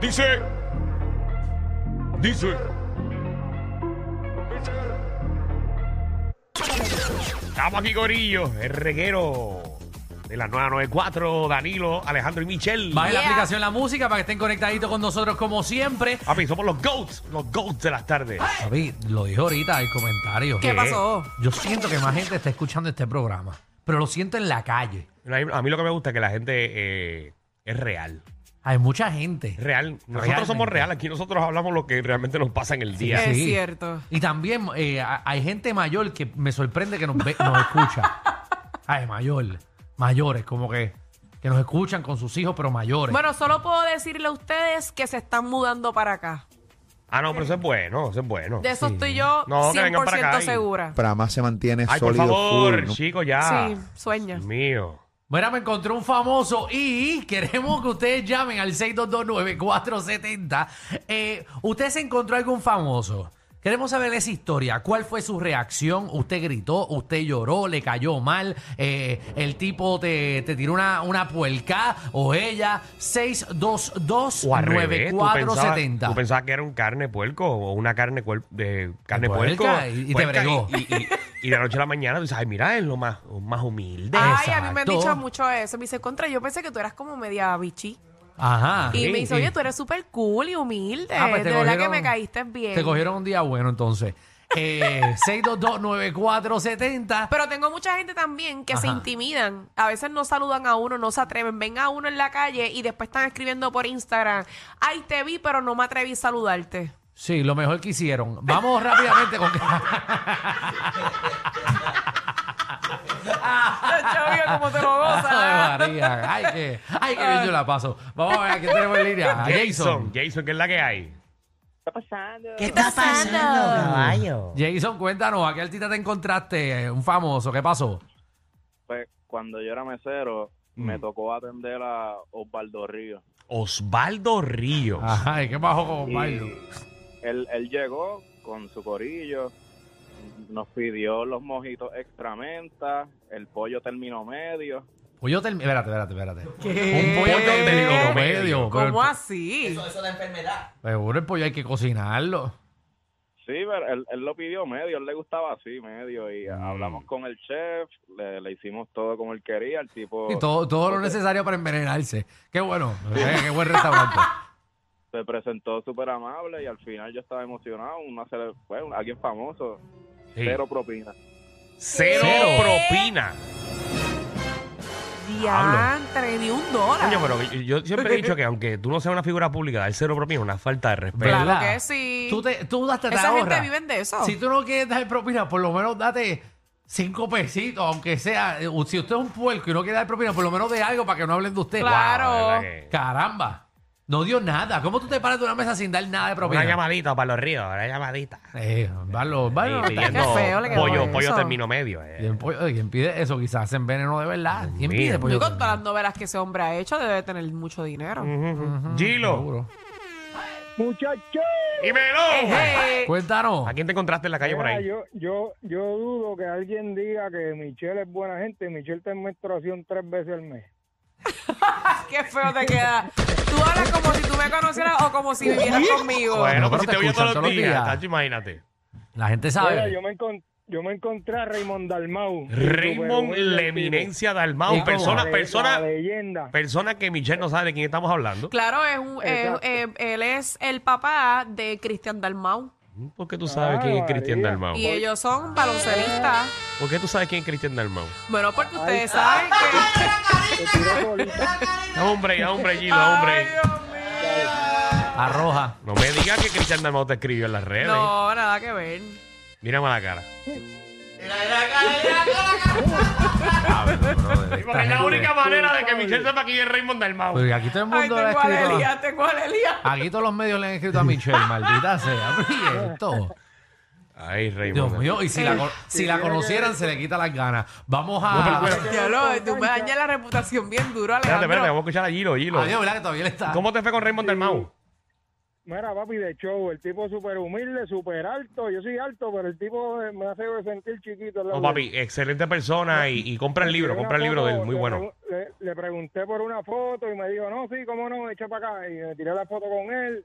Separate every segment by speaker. Speaker 1: Dice. Dice. Estamos aquí, Corillo, el reguero de la 994, Danilo, Alejandro y Michelle.
Speaker 2: Baje la
Speaker 3: Yeah.
Speaker 2: aplicación La Música para que estén conectaditos con nosotros como siempre.
Speaker 1: Papi, somos los GOATs, los GOATs de las tardes.
Speaker 2: Papi, lo dijo ahorita el comentario.
Speaker 3: ¿Qué
Speaker 1: ¿Qué?
Speaker 3: pasó?
Speaker 2: Yo siento que más gente está escuchando este programa, pero lo siento en la calle.
Speaker 1: A mí lo que me gusta es que la gente eh, es real.
Speaker 2: Hay mucha gente.
Speaker 1: Es real. Nosotros
Speaker 2: Realmente.
Speaker 1: somos real. Aquí nosotros hablamos lo que realmente nos pasa en el día.
Speaker 3: Es cierto.
Speaker 2: Y también eh, ha- hay gente mayor que me sorprende que nos, ve- nos escucha. Ay, mayor. Mayores, como que, que nos escuchan con sus hijos, pero mayores.
Speaker 3: Bueno, solo puedo decirle a ustedes que se están mudando para acá.
Speaker 1: Ah, no, pero eso es bueno, eso es bueno.
Speaker 3: De eso estoy yo
Speaker 1: No, que vengan para acá
Speaker 3: 100%
Speaker 1: y-
Speaker 3: segura.
Speaker 4: Pero además se mantiene
Speaker 1: Ay, por
Speaker 4: sólido.
Speaker 1: favor,
Speaker 4: full, ¿no?
Speaker 1: chicos, ya.
Speaker 3: Sí, sueña.
Speaker 1: Dios mío.
Speaker 2: Mira, me encontré un famoso y queremos que ustedes llamen al 6229470. Eh, ¿Usted se encontró algún famoso? Queremos saber esa historia. ¿Cuál fue su reacción? ¿Usted gritó? ¿Usted lloró? ¿Le cayó mal? Eh, ¿El tipo te, te tiró una, una puerca? ¿O ella?
Speaker 1: O al revés, tú pensabas, tú
Speaker 2: 6229470.
Speaker 1: pensabas que era un carne puerco o una carne cuer- de carne
Speaker 2: De
Speaker 1: puerco.
Speaker 2: puerca, y- y te
Speaker 1: puerca,
Speaker 2: bregó.
Speaker 1: Y, y- y- y de la noche a la mañana tú dices, ay, mira, es lo más, más humilde.
Speaker 2: Ah,
Speaker 3: Ay, a mí me han
Speaker 2: Exacto.
Speaker 3: dicho mucho eso. Me dice, contra, yo pensé que tú eras como media bichi.
Speaker 2: Ajá.
Speaker 3: Y me dice,
Speaker 2: Sí,
Speaker 3: oye,
Speaker 2: sí.
Speaker 3: tú eres súper cool y humilde.
Speaker 2: Ah, pues te
Speaker 3: de verdad que
Speaker 2: cogieron-
Speaker 3: me caíste bien.
Speaker 2: Te cogieron un día bueno, entonces. Eh, 6229470.
Speaker 3: Pero tengo mucha gente también que se
Speaker 2: Ajá.
Speaker 3: intimidan. A veces no saludan a uno, no se atreven. Ven a uno en la calle y después están escribiendo por Instagram. Ay, te vi, pero no me atreví a saludarte.
Speaker 2: Sí, lo mejor que hicieron. Vamos rápidamente con.
Speaker 3: yo digo cómo te lo gozas.
Speaker 2: Ay, María. Ay, que, ay, que bien yo la paso. Vamos a ver, aquí tenemos en línea. A
Speaker 1: Ah, Jason,
Speaker 2: Jason.
Speaker 1: Jason, ¿qué es la que hay?
Speaker 5: está pasando?
Speaker 6: ¿Qué está pasando, caballo?
Speaker 2: Jason, cuéntanos, ¿a qué artista te encontraste? Eh, Un famoso, ¿qué pasó?
Speaker 5: Pues cuando yo era mesero,
Speaker 1: Mm.
Speaker 5: me tocó atender a Osvaldo Río.
Speaker 1: Osvaldo Ríos.
Speaker 2: Ajá, ¿y ¿qué pasó con Bailo?
Speaker 5: Él, él llegó con su corillo, nos pidió los mojitos extra menta, el pollo término medio.
Speaker 2: Pollo término. Espérate, espérate, espérate.
Speaker 3: ¿Qué?
Speaker 2: Un pollo término medio. pero el
Speaker 3: ¿Cómo
Speaker 2: po-
Speaker 3: así?
Speaker 2: Seguro el pollo hay que cocinarlo.
Speaker 5: Sí, pero él, él lo pidió medio, él le gustaba así, medio. Y
Speaker 1: Mm.
Speaker 5: hablamos con el chef, le, le hicimos todo como él quería, el tipo
Speaker 2: Y todo, todo lo necesario para envenenarse. Qué bueno. eh, Qué buen restaurante.
Speaker 5: se presentó súper amable y al final yo estaba emocionado, una cele- bueno, alguien famoso,
Speaker 1: Sí.
Speaker 5: cero propina.
Speaker 1: Cero
Speaker 2: ¿Qué?
Speaker 1: propina.
Speaker 3: Diantre, ni un
Speaker 1: Coño,
Speaker 3: dólar.
Speaker 1: pero yo yo siempre he dicho que aunque tú no seas una figura pública, dar cero propina es una falta de respeto.
Speaker 3: Claro
Speaker 2: ¿Verdad?
Speaker 3: que sí.
Speaker 2: Tú, te, tú hasta te
Speaker 3: Esa gente
Speaker 2: ahorras.
Speaker 3: vive de eso.
Speaker 2: Si tú no quieres dar propina, por lo menos date cinco pesitos, aunque sea. eh, Si usted es un puerco y no quiere dar propina, por lo menos de algo para que no hablen de usted.
Speaker 3: Claro.
Speaker 1: La verdad que-
Speaker 2: Caramba. No dio nada. ¿Cómo tú te paras de una mesa sin dar nada de
Speaker 1: Una
Speaker 2: propina?
Speaker 1: llamadita para los ríos, una llamadita.
Speaker 2: Eh, Barlo, Barlo,
Speaker 1: Ahí
Speaker 2: está-
Speaker 1: pidiendo
Speaker 3: Qué feo le quedó
Speaker 1: pollo,
Speaker 3: eso.
Speaker 1: pollo término medio. eh.
Speaker 2: ¿Quién, po- eh, quién pide eso? Quizás en veneno de Mm. verdad. ¿Quién
Speaker 1: mío.
Speaker 2: pide pollo?
Speaker 3: Yo con todas las novelas que ese hombre ha hecho, debe tener mucho dinero.
Speaker 1: Gilo,
Speaker 2: Seguro.
Speaker 7: Muchachos,
Speaker 1: y
Speaker 3: Eh,
Speaker 2: Oh,
Speaker 1: melón.
Speaker 3: Ey,
Speaker 2: Cuéntanos.
Speaker 1: ¿A quién te encontraste en la calle por ahí?
Speaker 7: yo, yo, yo dudo que alguien diga que Michelle es buena gente. Michelle está en menstruación tres veces al mes.
Speaker 3: pues, qué feo te queda. Tú hablas como si tú me conocieras o como si vivieras conmigo.
Speaker 1: Bueno,
Speaker 2: No,
Speaker 1: pues
Speaker 2: pero
Speaker 1: si
Speaker 2: te
Speaker 1: te oía
Speaker 2: escuchan
Speaker 1: todos los días, tacho, imagínate.
Speaker 2: La gente
Speaker 7: Mira,
Speaker 2: sabe.
Speaker 7: yo, me encon- yo me encontré a Raymond Dalmau.
Speaker 1: Raymond,
Speaker 7: Superhumilde
Speaker 1: la
Speaker 7: tipo.
Speaker 1: eminencia
Speaker 2: ¿Y
Speaker 1: Dalmau,
Speaker 2: cómo?
Speaker 1: persona,
Speaker 7: La-
Speaker 1: persona,
Speaker 7: La leyenda.
Speaker 1: persona que Michelle no sabe de quién estamos hablando.
Speaker 3: Claro, es un, eh,
Speaker 7: Exacto.
Speaker 3: eh, él es el papá de Cristian Dalmau.
Speaker 1: Mm, ¿Por qué tú sabes
Speaker 7: Ah,
Speaker 1: quién es Cristian
Speaker 7: María.
Speaker 2: Oh.
Speaker 1: Dalmau?
Speaker 3: Y ellos son baloncelistas.
Speaker 1: ¿Por qué tú sabes quién es Cristian Dalmau?
Speaker 3: Bueno, porque ustedes saben que...
Speaker 7: Se tiró solita.
Speaker 1: Da Hombre, da hombre, Gilo, da
Speaker 3: Ay,
Speaker 1: hombre.
Speaker 3: Dios mío.
Speaker 2: Arroja.
Speaker 1: No me digas que Cristian Dalmau te escribió en las redes.
Speaker 3: No, nada que ver.
Speaker 1: Mírame la cara. Ah, Porque es la única manera de que Michelle sepa quién es Raymond Dalmau.
Speaker 2: Pero aquí todo el
Speaker 3: Ay,
Speaker 2: mundo le ha
Speaker 3: tengo
Speaker 2: escrito.
Speaker 3: alegría, tengo alegría.
Speaker 2: Aquí todos los medios le han escrito a Michelle, maldita sea. Oye, esto.
Speaker 1: Ay, Raymond.
Speaker 2: Dios mío, y si la, co- si la conocieran se le quita las ganas. Vamos a...
Speaker 1: No, pero-
Speaker 3: Ya lo, tú me dañas la reputación bien duro,
Speaker 1: Espérate, espérate,
Speaker 3: Alejandro.
Speaker 1: vamos a escuchar a Gilo, Gilo.
Speaker 2: Adiós, ¿verdad? Que todavía le está.
Speaker 1: ¿Cómo te fue con Raymond Dalmau?
Speaker 7: Mira, papi, de show, el tipo súper humilde, súper alto. Yo soy alto, pero el tipo eh, me hace sentir chiquito.
Speaker 1: No, Oh, papi, excelente persona y, y compra el libro,
Speaker 7: Una
Speaker 1: compra el libro
Speaker 7: foto,
Speaker 1: de él, muy
Speaker 7: le
Speaker 1: bueno.
Speaker 7: pregu- Le, le pregunté por una foto y me dijo, no, sí, cómo no, echa para acá. Y me tiré la foto con él.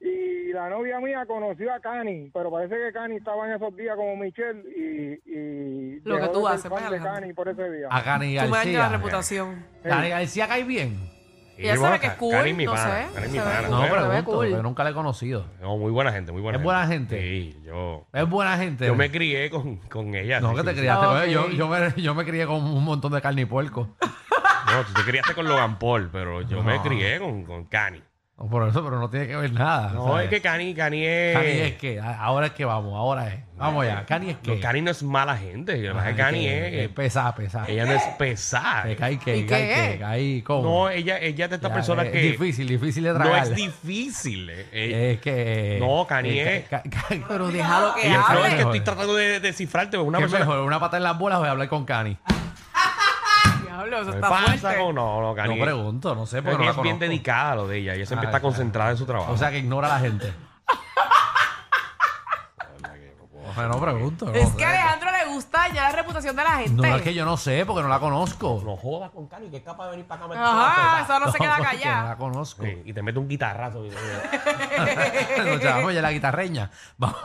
Speaker 7: Y la novia mía conoció a Cani, pero parece que Cani estaba en esos días como Michelle y. y
Speaker 3: Lo que
Speaker 7: dejó
Speaker 3: tú
Speaker 7: de ser
Speaker 3: haces,
Speaker 7: fan
Speaker 3: pues,
Speaker 7: de
Speaker 3: Alejandro.
Speaker 7: Cani por ese
Speaker 1: Ah.
Speaker 7: día.
Speaker 2: A Cani
Speaker 3: Tú me dañas la
Speaker 2: García.
Speaker 3: reputación.
Speaker 2: Cani García cae bien.
Speaker 1: Y
Speaker 3: Ella
Speaker 1: bueno,
Speaker 3: sabe que es
Speaker 1: Ca-
Speaker 3: cool,
Speaker 1: Cari es mi
Speaker 3: no
Speaker 1: pana,
Speaker 3: sé.
Speaker 1: Cari es mi
Speaker 3: Se ve
Speaker 1: pana,
Speaker 3: cool.
Speaker 2: No,
Speaker 1: bueno.
Speaker 3: ve
Speaker 2: pregunto,
Speaker 3: cool.
Speaker 2: pero nunca la he conocido.
Speaker 1: No, muy buena gente, muy buena
Speaker 2: ¿Es
Speaker 1: gente.
Speaker 2: buena gente?
Speaker 1: Sí, yo,
Speaker 2: Es buena gente.
Speaker 1: yo me crié con, con ella.
Speaker 2: No,
Speaker 1: sí,
Speaker 2: que te
Speaker 1: sí,
Speaker 2: criaste.
Speaker 3: Ah,
Speaker 2: con él. Yo,
Speaker 3: ok.
Speaker 2: yo, me, yo me crié con un montón de carne y puerco.
Speaker 1: sí. No, tú te criaste con Logan Paul, pero yo me
Speaker 2: No.
Speaker 1: crié con, con Cani.
Speaker 2: No, Por eso, pero no tiene que ver nada.
Speaker 1: No,
Speaker 2: ¿sabes?
Speaker 1: es que Cani, Cani es...
Speaker 2: Cani es que. a- Ahora es que vamos, ahora es. Vamos ya. Cani es que.
Speaker 1: No, Cani no es mala gente. Lo que pasa es que
Speaker 2: Cani
Speaker 1: Cani es...
Speaker 2: pesada, pesada.
Speaker 1: Ella no es pesada.
Speaker 2: Te cae que,
Speaker 3: ¿Y
Speaker 2: cae
Speaker 3: qué
Speaker 2: que,
Speaker 3: es?
Speaker 2: cae como.
Speaker 1: No, ella, ella es de estas
Speaker 2: Ya,
Speaker 1: personas
Speaker 2: es
Speaker 1: que...
Speaker 2: Difícil, difícil de
Speaker 1: No
Speaker 2: tragar.
Speaker 1: es difícil. eh. Eh,
Speaker 2: Es que.
Speaker 1: No, Cani
Speaker 2: eh,
Speaker 1: es-
Speaker 2: ca- ca- ca-
Speaker 3: Pero déjalo que
Speaker 1: y el problema
Speaker 3: hable.
Speaker 1: es que
Speaker 2: mejor.
Speaker 1: estoy tratando de descifrarte con una
Speaker 2: ¿Qué
Speaker 1: persona...
Speaker 2: mejor? ¿Una pata en las bolas o hablar con Cani?
Speaker 3: Diablo, eso
Speaker 1: ¿Me
Speaker 3: está
Speaker 1: pasa
Speaker 3: fuerte.
Speaker 1: o no? No, Cani.
Speaker 2: No pregunto, no sé,
Speaker 1: Creo
Speaker 2: porque
Speaker 1: que
Speaker 2: no la
Speaker 1: ella es bien
Speaker 2: conozco.
Speaker 1: dedicada a lo de ella. Ella siempre
Speaker 2: Ah,
Speaker 1: está
Speaker 2: ya.
Speaker 1: concentrada en su trabajo.
Speaker 2: O sea, que ignora a la gente. O sea, no pregunto. no
Speaker 3: Es
Speaker 2: sé.
Speaker 3: que a Alejandro le gusta dañar la reputación de la gente.
Speaker 2: No, es que yo no sé, porque no la conozco.
Speaker 1: no jodas con Cani, que es capaz de venir para acá a meter
Speaker 3: Ajá,
Speaker 1: una
Speaker 3: eso no se queda
Speaker 2: porque No
Speaker 3: callado.
Speaker 2: la conozco.
Speaker 1: peta. Sí, Y te mete un guitarrazo. y-
Speaker 2: Nos llamamos ya la guitarreña. Vamos.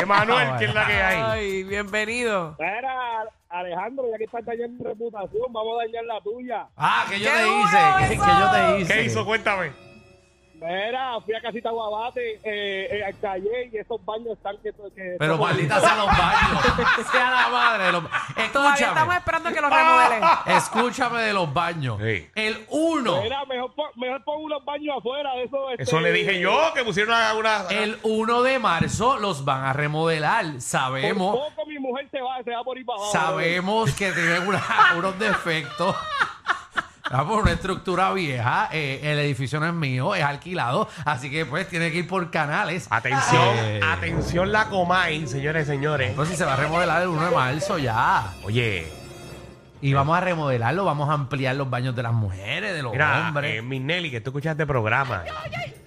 Speaker 1: Emanuel, ¿qué es la que hay?
Speaker 3: Ay, bienvenido.
Speaker 7: Mera, Alejandro, ya que estás dañando reputación, vamos a dañar la tuya.
Speaker 2: Ah, que yo
Speaker 3: ¡Qué
Speaker 2: te
Speaker 3: duro
Speaker 2: hice. que-
Speaker 3: eso!
Speaker 2: Que yo te hice.
Speaker 1: ¿Qué hizo? Cuéntame.
Speaker 7: Mira, fui a Casita Guabate, eh, al calle y esos baños están que... que
Speaker 2: Pero maldita sea los baños. sea la madre de los
Speaker 3: Todavía estamos
Speaker 2: Escúchame. Ah.
Speaker 3: esperando que lo remodelen.
Speaker 2: Escúchame de los baños.
Speaker 1: Sí.
Speaker 2: El uno.
Speaker 7: Mira, mejor, pon- mejor pon unos baños afuera de esos...
Speaker 1: Eso
Speaker 7: este,
Speaker 1: le dije yo, que pusieron una... una-
Speaker 2: El 1 de marzo los van a remodelar.
Speaker 7: Por
Speaker 2: Sabemos.
Speaker 7: poco mi mujer se va, se va por ir para abajo.
Speaker 2: Sabemos que tienen una- unos defectos. Ah, por una estructura vieja, eh, el edificio no es mío, es alquilado, así que pues tiene que ir por canales.
Speaker 1: Atención,
Speaker 2: Eh,
Speaker 1: atención la Comay, señores y señores.
Speaker 2: Pues si se va a remodelar el 1 de marzo ya.
Speaker 1: Oye,
Speaker 2: Y vamos a remodelarlo, vamos a ampliar los baños de las mujeres, de los
Speaker 1: mira, eh,
Speaker 2: hombres.
Speaker 1: Miss Nelly, que tú escuchas este programa.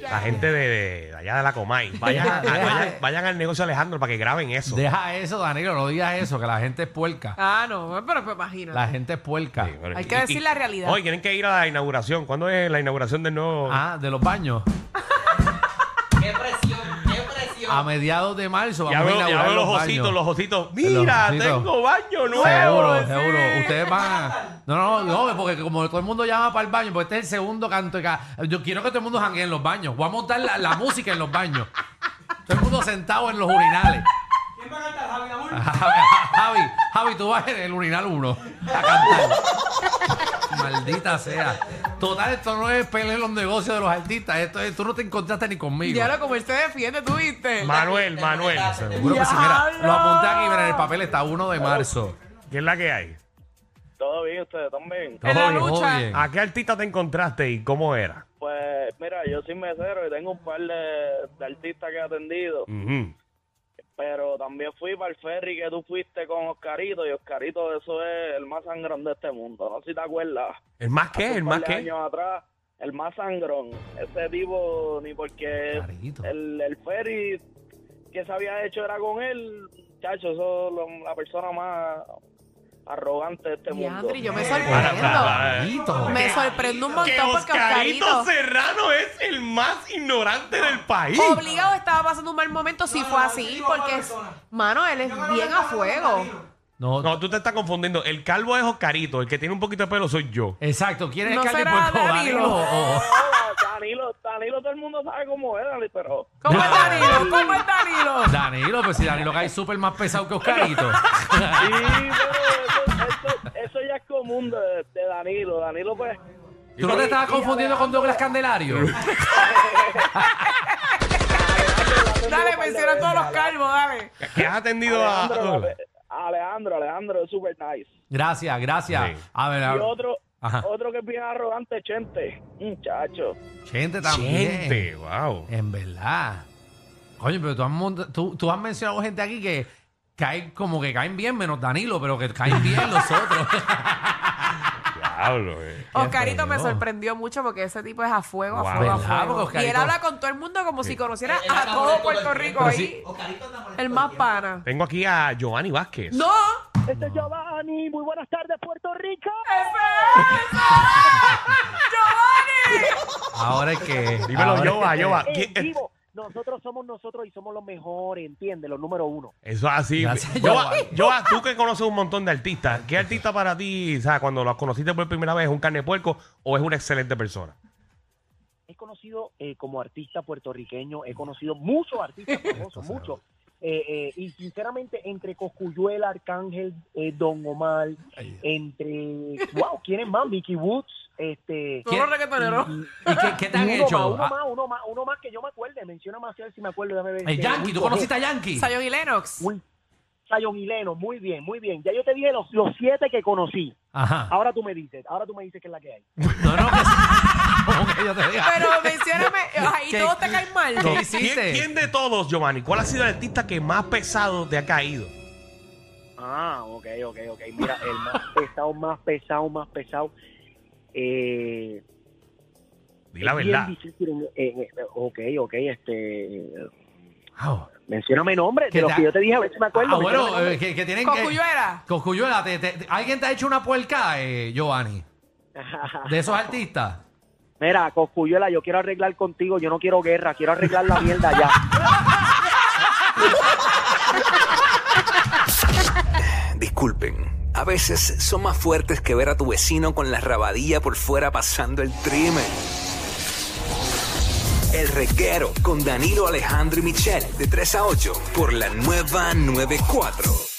Speaker 1: La gente de, de- de allá de la Comay. Vayan, a-
Speaker 2: Deja-
Speaker 1: vayan- vayan al negocio Alejandro para que graben eso.
Speaker 2: Deja eso, Danilo, no digas eso, que la gente es puerca.
Speaker 3: Ah, no, pero pues imagina.
Speaker 2: La gente es puerca.
Speaker 1: Sí, pero-
Speaker 3: Hay que decir la realidad.
Speaker 1: Hoy tienen que ir a la inauguración. ¿Cuándo es la inauguración del nuevo?
Speaker 2: Ah, de los baños.
Speaker 6: ¡Qué presión! ¡Qué presión!
Speaker 2: A mediados de marzo
Speaker 1: ya veo,
Speaker 2: vamos a
Speaker 1: ya
Speaker 2: inaugurar
Speaker 1: veo los,
Speaker 2: los
Speaker 1: ositos,
Speaker 2: baños.
Speaker 1: los ositos.
Speaker 2: Los
Speaker 1: Mira,
Speaker 2: ositos.
Speaker 1: tengo baño nuevo.
Speaker 2: Seguro,
Speaker 1: sí.
Speaker 2: seguro. Ustedes van a... No, no, no, porque como todo el mundo llama para el baño, pues este es el segundo canto. que- Yo quiero que todo el mundo jangue en los baños. Voy a montar la, la música en los baños. Todo el mundo sentado en los urinales. ¿Quién va a cantar, Javi Javi, Javi, tú vas en el urinal uno a cantar. Maldita sea. Total, esto no es pelea en los negocios de los artistas. Esto es, tú no te encontraste ni conmigo.
Speaker 3: Ya lo como él se defiende, tú viste.
Speaker 1: Manuel, Manuel.
Speaker 2: Seguro que sí, mira,
Speaker 3: ¡Diablo!
Speaker 2: lo apunté aquí, mira, en el papel está 1 de marzo.
Speaker 1: ¿Qué es la que hay?
Speaker 5: Todo bien, ustedes también.
Speaker 3: En la
Speaker 2: Todo bien, todo
Speaker 3: lucha. Ah.
Speaker 2: bien.
Speaker 1: ¿A qué artista te encontraste y cómo era?
Speaker 5: Pues mira, yo soy mesero y tengo un par de, de artistas que he atendido,
Speaker 1: Ujú.
Speaker 5: pero también fui para el ferry que tú fuiste con Oscarito y Oscarito eso es el más sangrón de este mundo, no sé si te acuerdas.
Speaker 1: ¿El más
Speaker 5: Hace
Speaker 1: qué?
Speaker 5: un
Speaker 1: ¿El
Speaker 5: par
Speaker 1: más
Speaker 5: de
Speaker 1: qué?
Speaker 5: años atrás, el más sangrón. Ese tipo, ni porque
Speaker 2: Clarito.
Speaker 5: el, el ferry que se había hecho era con él, chacho, eso lo- la persona más arrogante de este mundo.
Speaker 3: Diandre, yo me
Speaker 1: Para, para, para.
Speaker 3: sorprendo. Me sorprendo un montón
Speaker 1: Que
Speaker 3: porque
Speaker 1: Oscarito
Speaker 3: Oscarito
Speaker 1: Serrano es el más ignorante del país.
Speaker 3: obligado estaba pasando un mal momento si fue así, porque, es- mano, él es bien a fuego.
Speaker 2: No,
Speaker 1: No, tú te estás confundiendo. El calvo es Oscarito. El que tiene un poquito de pelo soy yo.
Speaker 2: Exacto, ¿quién es
Speaker 3: No
Speaker 2: el Cardi
Speaker 3: será
Speaker 2: Puerco
Speaker 3: Danilo.
Speaker 2: Danilo? o- o-
Speaker 5: Danilo, Danilo, todo el mundo sabe cómo era, pero...
Speaker 3: ¿Cómo es Danilo? ¿Cómo es Danilo?
Speaker 2: Danilo, pues si Danilo cae súper más pesado que Oscarito.
Speaker 5: Sí, pero eso, eso- eso ya es común de, de Danilo. Danilo, pues,
Speaker 2: ¿Tú no te estabas confundiendo con Douglas Candelario?
Speaker 3: Dale, menciona todos los calvos, dale.
Speaker 1: ¿Qué has atendido a.?
Speaker 2: Ah,
Speaker 5: Alejandro, Alejandro, Alejandro es super nice.
Speaker 2: Gracias, gracias.
Speaker 1: Sí.
Speaker 2: A ver, a
Speaker 5: Y
Speaker 2: ver.
Speaker 5: otro,
Speaker 2: Ajá.
Speaker 5: otro que es bien arrogante, Chente. Muchacho.
Speaker 2: Gente también.
Speaker 1: Gente, wow.
Speaker 2: En verdad. Coño, pero tú has, monta- tú, tú has mencionado gente aquí que caen como que caen bien, menos Danilo, pero que caen bien los otros.
Speaker 1: Diablo, eh.
Speaker 3: Oscarito me
Speaker 2: feo.
Speaker 3: sorprendió mucho porque ese tipo es a fuego,
Speaker 1: Wow.
Speaker 3: a fuego, a
Speaker 2: ¿Verdad?
Speaker 3: fuego.
Speaker 2: Porque
Speaker 3: Y él
Speaker 2: Oscarito-
Speaker 3: habla con todo el mundo como si conociera
Speaker 8: Él- él
Speaker 3: a
Speaker 8: habla
Speaker 3: todo
Speaker 8: con todo
Speaker 3: Puerto
Speaker 8: el
Speaker 3: Rico
Speaker 8: mundo.
Speaker 3: ahí.
Speaker 2: Pero sí.
Speaker 8: Oscarito anda molesto
Speaker 3: El
Speaker 8: todo
Speaker 3: más
Speaker 8: tiempo.
Speaker 3: pana.
Speaker 1: Tengo aquí a Giovanni Vázquez.
Speaker 3: ¡No!
Speaker 7: Este es Giovanni, muy buenas tardes Puerto Rico.
Speaker 3: ¡Ese es! ¡Giovanni!
Speaker 2: Ahora es que.
Speaker 1: Dímelo, Eh,
Speaker 2: ahora es
Speaker 1: Giova,
Speaker 2: que-
Speaker 1: Giova.
Speaker 7: En
Speaker 2: eh,
Speaker 1: ¿Quién-
Speaker 7: vivo, nosotros somos nosotros y somos los mejores, ¿entiendes? Los número uno.
Speaker 1: Eso es así.
Speaker 2: Gracias,
Speaker 1: Giova,
Speaker 2: Giovanni.
Speaker 1: Giova, tú que conoces un montón de artistas, ¿qué artista para ti, o sea, cuando los conociste por primera vez, es un carne de puerco o es una excelente persona?
Speaker 7: Es conocido eh, como artista puertorriqueño, he conocido muchos artistas famosos, muchos. Eh, eh, y sinceramente, entre Coscuyuela, Arcángel, eh, Don Omar, entre. ¡Wow! ¿Quién es más? Mickey Woods, este.
Speaker 3: Todos los reggaetoneros.
Speaker 7: y-
Speaker 2: ¿Y qué, qué te han
Speaker 7: y uno
Speaker 2: hecho?
Speaker 7: Más, uno,
Speaker 2: Ah,
Speaker 7: más, uno más, uno más que yo me acuerde. Menciona más a ver si me acuerdo. déjame ver.
Speaker 2: el
Speaker 7: Eh,
Speaker 2: Yankee, ¿tú
Speaker 7: Wilco,
Speaker 2: conociste a Yankee?
Speaker 3: Sayon y Lennox.
Speaker 7: Uy, Sayon y Leno, muy bien, muy bien. Ya yo te dije los, los siete que conocí.
Speaker 2: Ajá.
Speaker 7: Ahora tú me dices, ahora tú me dices que es la que hay.
Speaker 2: No, no, que- ¿Cómo que yo te diga?
Speaker 3: Pero mencióname, ahí
Speaker 2: ¿Qué-
Speaker 3: todos te caen mal.
Speaker 2: ¿Qué
Speaker 1: ¿Quién,
Speaker 2: hiciste?
Speaker 1: quién de todos, Giovanni? ¿Cuál ha sido el artista que más pesado te ha caído?
Speaker 7: Ah, ok, ok, ok. Mira, el más pesado, más pesado, más pesado. Eh,
Speaker 1: Di la
Speaker 7: es bien
Speaker 1: verdad.
Speaker 7: difícil en- en- en- ok, ok, este.
Speaker 2: Ah,
Speaker 7: Mencióname nombres
Speaker 2: ¿Qué
Speaker 7: de los
Speaker 2: da-
Speaker 7: que yo te dije, a ver si me acuerdo.
Speaker 2: ah,
Speaker 7: mencióname
Speaker 2: bueno,
Speaker 7: nombres.
Speaker 2: eh, que, que tienen que.
Speaker 3: Cocuyuela.
Speaker 2: Cocuyuela, te- te- te- ¿alguien te ha hecho una puerca, eh, Giovanni? De esos artistas.
Speaker 7: Mira, Coscuyuela, yo quiero arreglar contigo, yo no quiero guerra, quiero arreglar la mierda ya.
Speaker 9: Disculpen, a veces son más fuertes que ver a tu vecino con la rabadilla por fuera pasando el trimen. El reguero con Danilo Alejandro y Michel de 3 a 8 por la nueva 94.